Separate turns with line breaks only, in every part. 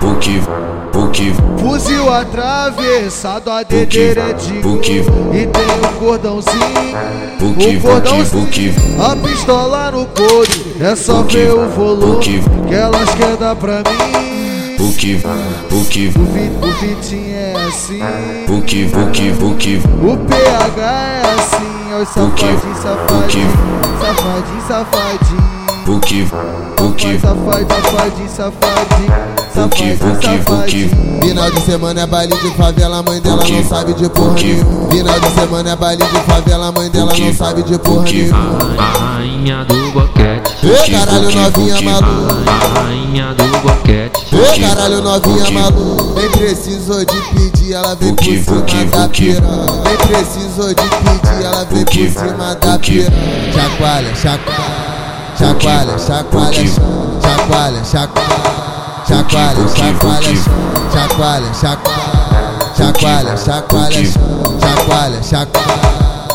Puki, Puki,
Fuzil atravessado, a dedeira é de
Puki,
E tem um cordãozinho,
Puki,
um
Puki,
cordãozinho A pistola no couro, é só
Puki,
ver o volume
Puki.
Que elas quer dar pra mim
Puki, Puki,
O, vi, o Vitinho é assim,
Puki, Puki, Puki,
o PH é assim Olha o safadinho,
Puki.
safadinho, safadinho, safadinho
Puki, Puki,
Vai safadinho, safadinho, safadinho,
Puki, Puki, Puki,
safadinho, safadinho
Final de semana é baile de favela, mãe dela
Porque-
não sabe de porra
porque-
nenhuma. Final de semana é baile de favela, mãe dela
Porque-
não sabe de porra
porque-
nenhuma.
A rainha do boquete.
Ê,
porque-
caralho,
porque-
novinha
porque-
maluca.
A rainha do boquete.
Ê,
porque-
caralho, novinha
porque-
maluca. Nem precisou de pedir, ela veio por
Porque-
cima
porque-
da
porque-
piranha. Nem precisou de pedir, ela veio
Porque-
por cima da
porque-
piranha. Chacoalha, chacoalha, chacoalha, chacoalha,
porque-
chacoalha, chacoalha,
porque-
chacoalha,
porque-
chacoalha, chacoalha, chacoalha, chacoalha, chacoalha, chacoalha,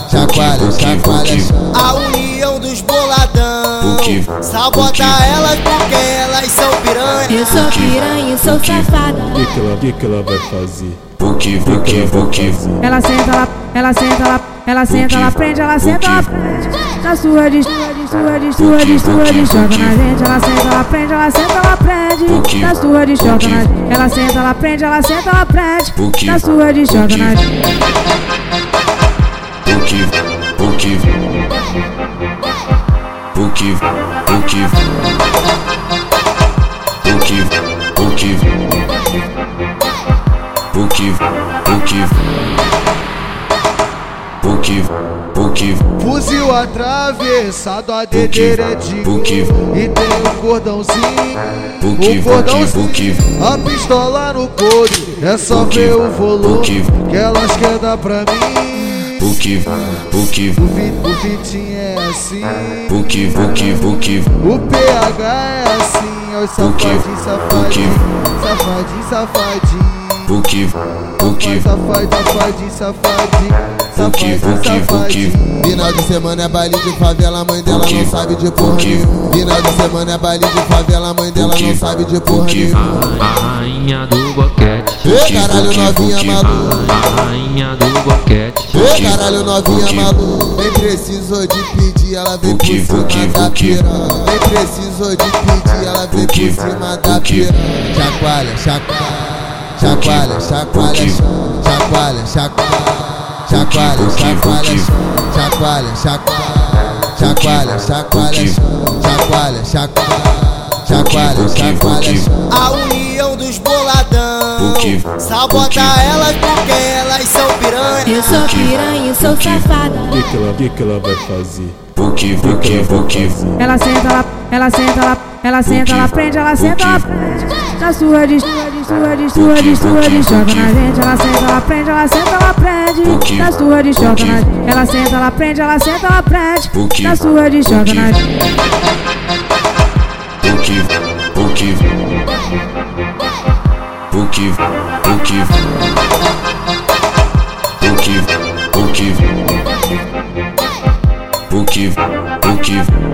chacoalha,
porque-
chacoalha.
A união dos boladão
Porque-
Sabota
porque-
elas porque elas são piranha
Eu sou piranha, eu sou safada.
que que ela, que que ela vai fazer?
Puki, Puki, Puki,
Ela senta, ela, ela senta, ela, ela senta, ela prende, ela senta, ela prende. Na sua de surra, de surra, de surra, de surra, de choca na gente. Ela senta, ela prende, ela senta, ela prende. Na sua de choca na gente. Ela senta, ela prende, ela senta, ela prende. Na sua de choca na gente.
Puki, Puki, Puki, Puki, Puki, Puki, Puki, Puki, Puki, Puki,
Fuzil atravessado, a dedeira é de
Porque-
ouro. E tem um cordãozinho,
Porque-
um cordãozinho
porque-
A pistola no couro, é só
Porque-
ver o volume
porque-
Que elas quer dar pra mim
Puki, Puki,
O, vi, o Vitinho é assim,
Puki, Puki, Puki,
o PH é assim Olha o
Porque-
safadinho, safadinho, safadinho, safadinho
Puki, Puki,
Vai
tá
safadinho, safadinho,
Porque- porque-
safadinho, safadinho,
porque-
safadinho
Final de semana é baile de favela, mãe dela
Porque-
não sabe de porra
porque-
nenhuma. Final de semana é baile de favela, mãe dela
porque-
não sabe de porra
porque-
nenhuma.
A rainha do boquete.
Ê,
porque-
caralho,
porque-
novinha
porque-
maluca.
A rainha do boquete.
Ê,
porque-
caralho, novinha
porque-
maluca. Nem precisou de pedir, ela veio por
porque- porque-
cima da
porque-
piranha. Nem precisou de pedir, ela veio por
porque-
cima da
porque-
piranha. Chacoalha, chacoalha, chacoalha, chacoalha,
porque-
chacoalha, chacoalha, chacoalha,
porque-
chacoalha,
porque-
chacoalha, chacoalha, chacoalha, chacoalha, chacoalha, chacoalha, chacoalha,
porque-
chacoalha.
A união dos boladão
Porque-
Sabota
porque-
elas porque elas são piranha
Eu sou piranha, eu sou safada.
Que que ela, que que ela vai fazer?
Puki, Puki, Puki,
Ela senta, ela, ela senta, ela, ela senta, ela prende, ela senta, ela prende. Na sua de surra, de surra, de surra, de surra, de choca na gente. Ela senta, ela prende, ela senta, ela prende. Na sua de choca na gente. Ela senta, ela prende, ela senta, ela prende. Na sua de choca na gente.
Puki, Puki, Puki, Puki, Puki, Puki, Puki, Puki,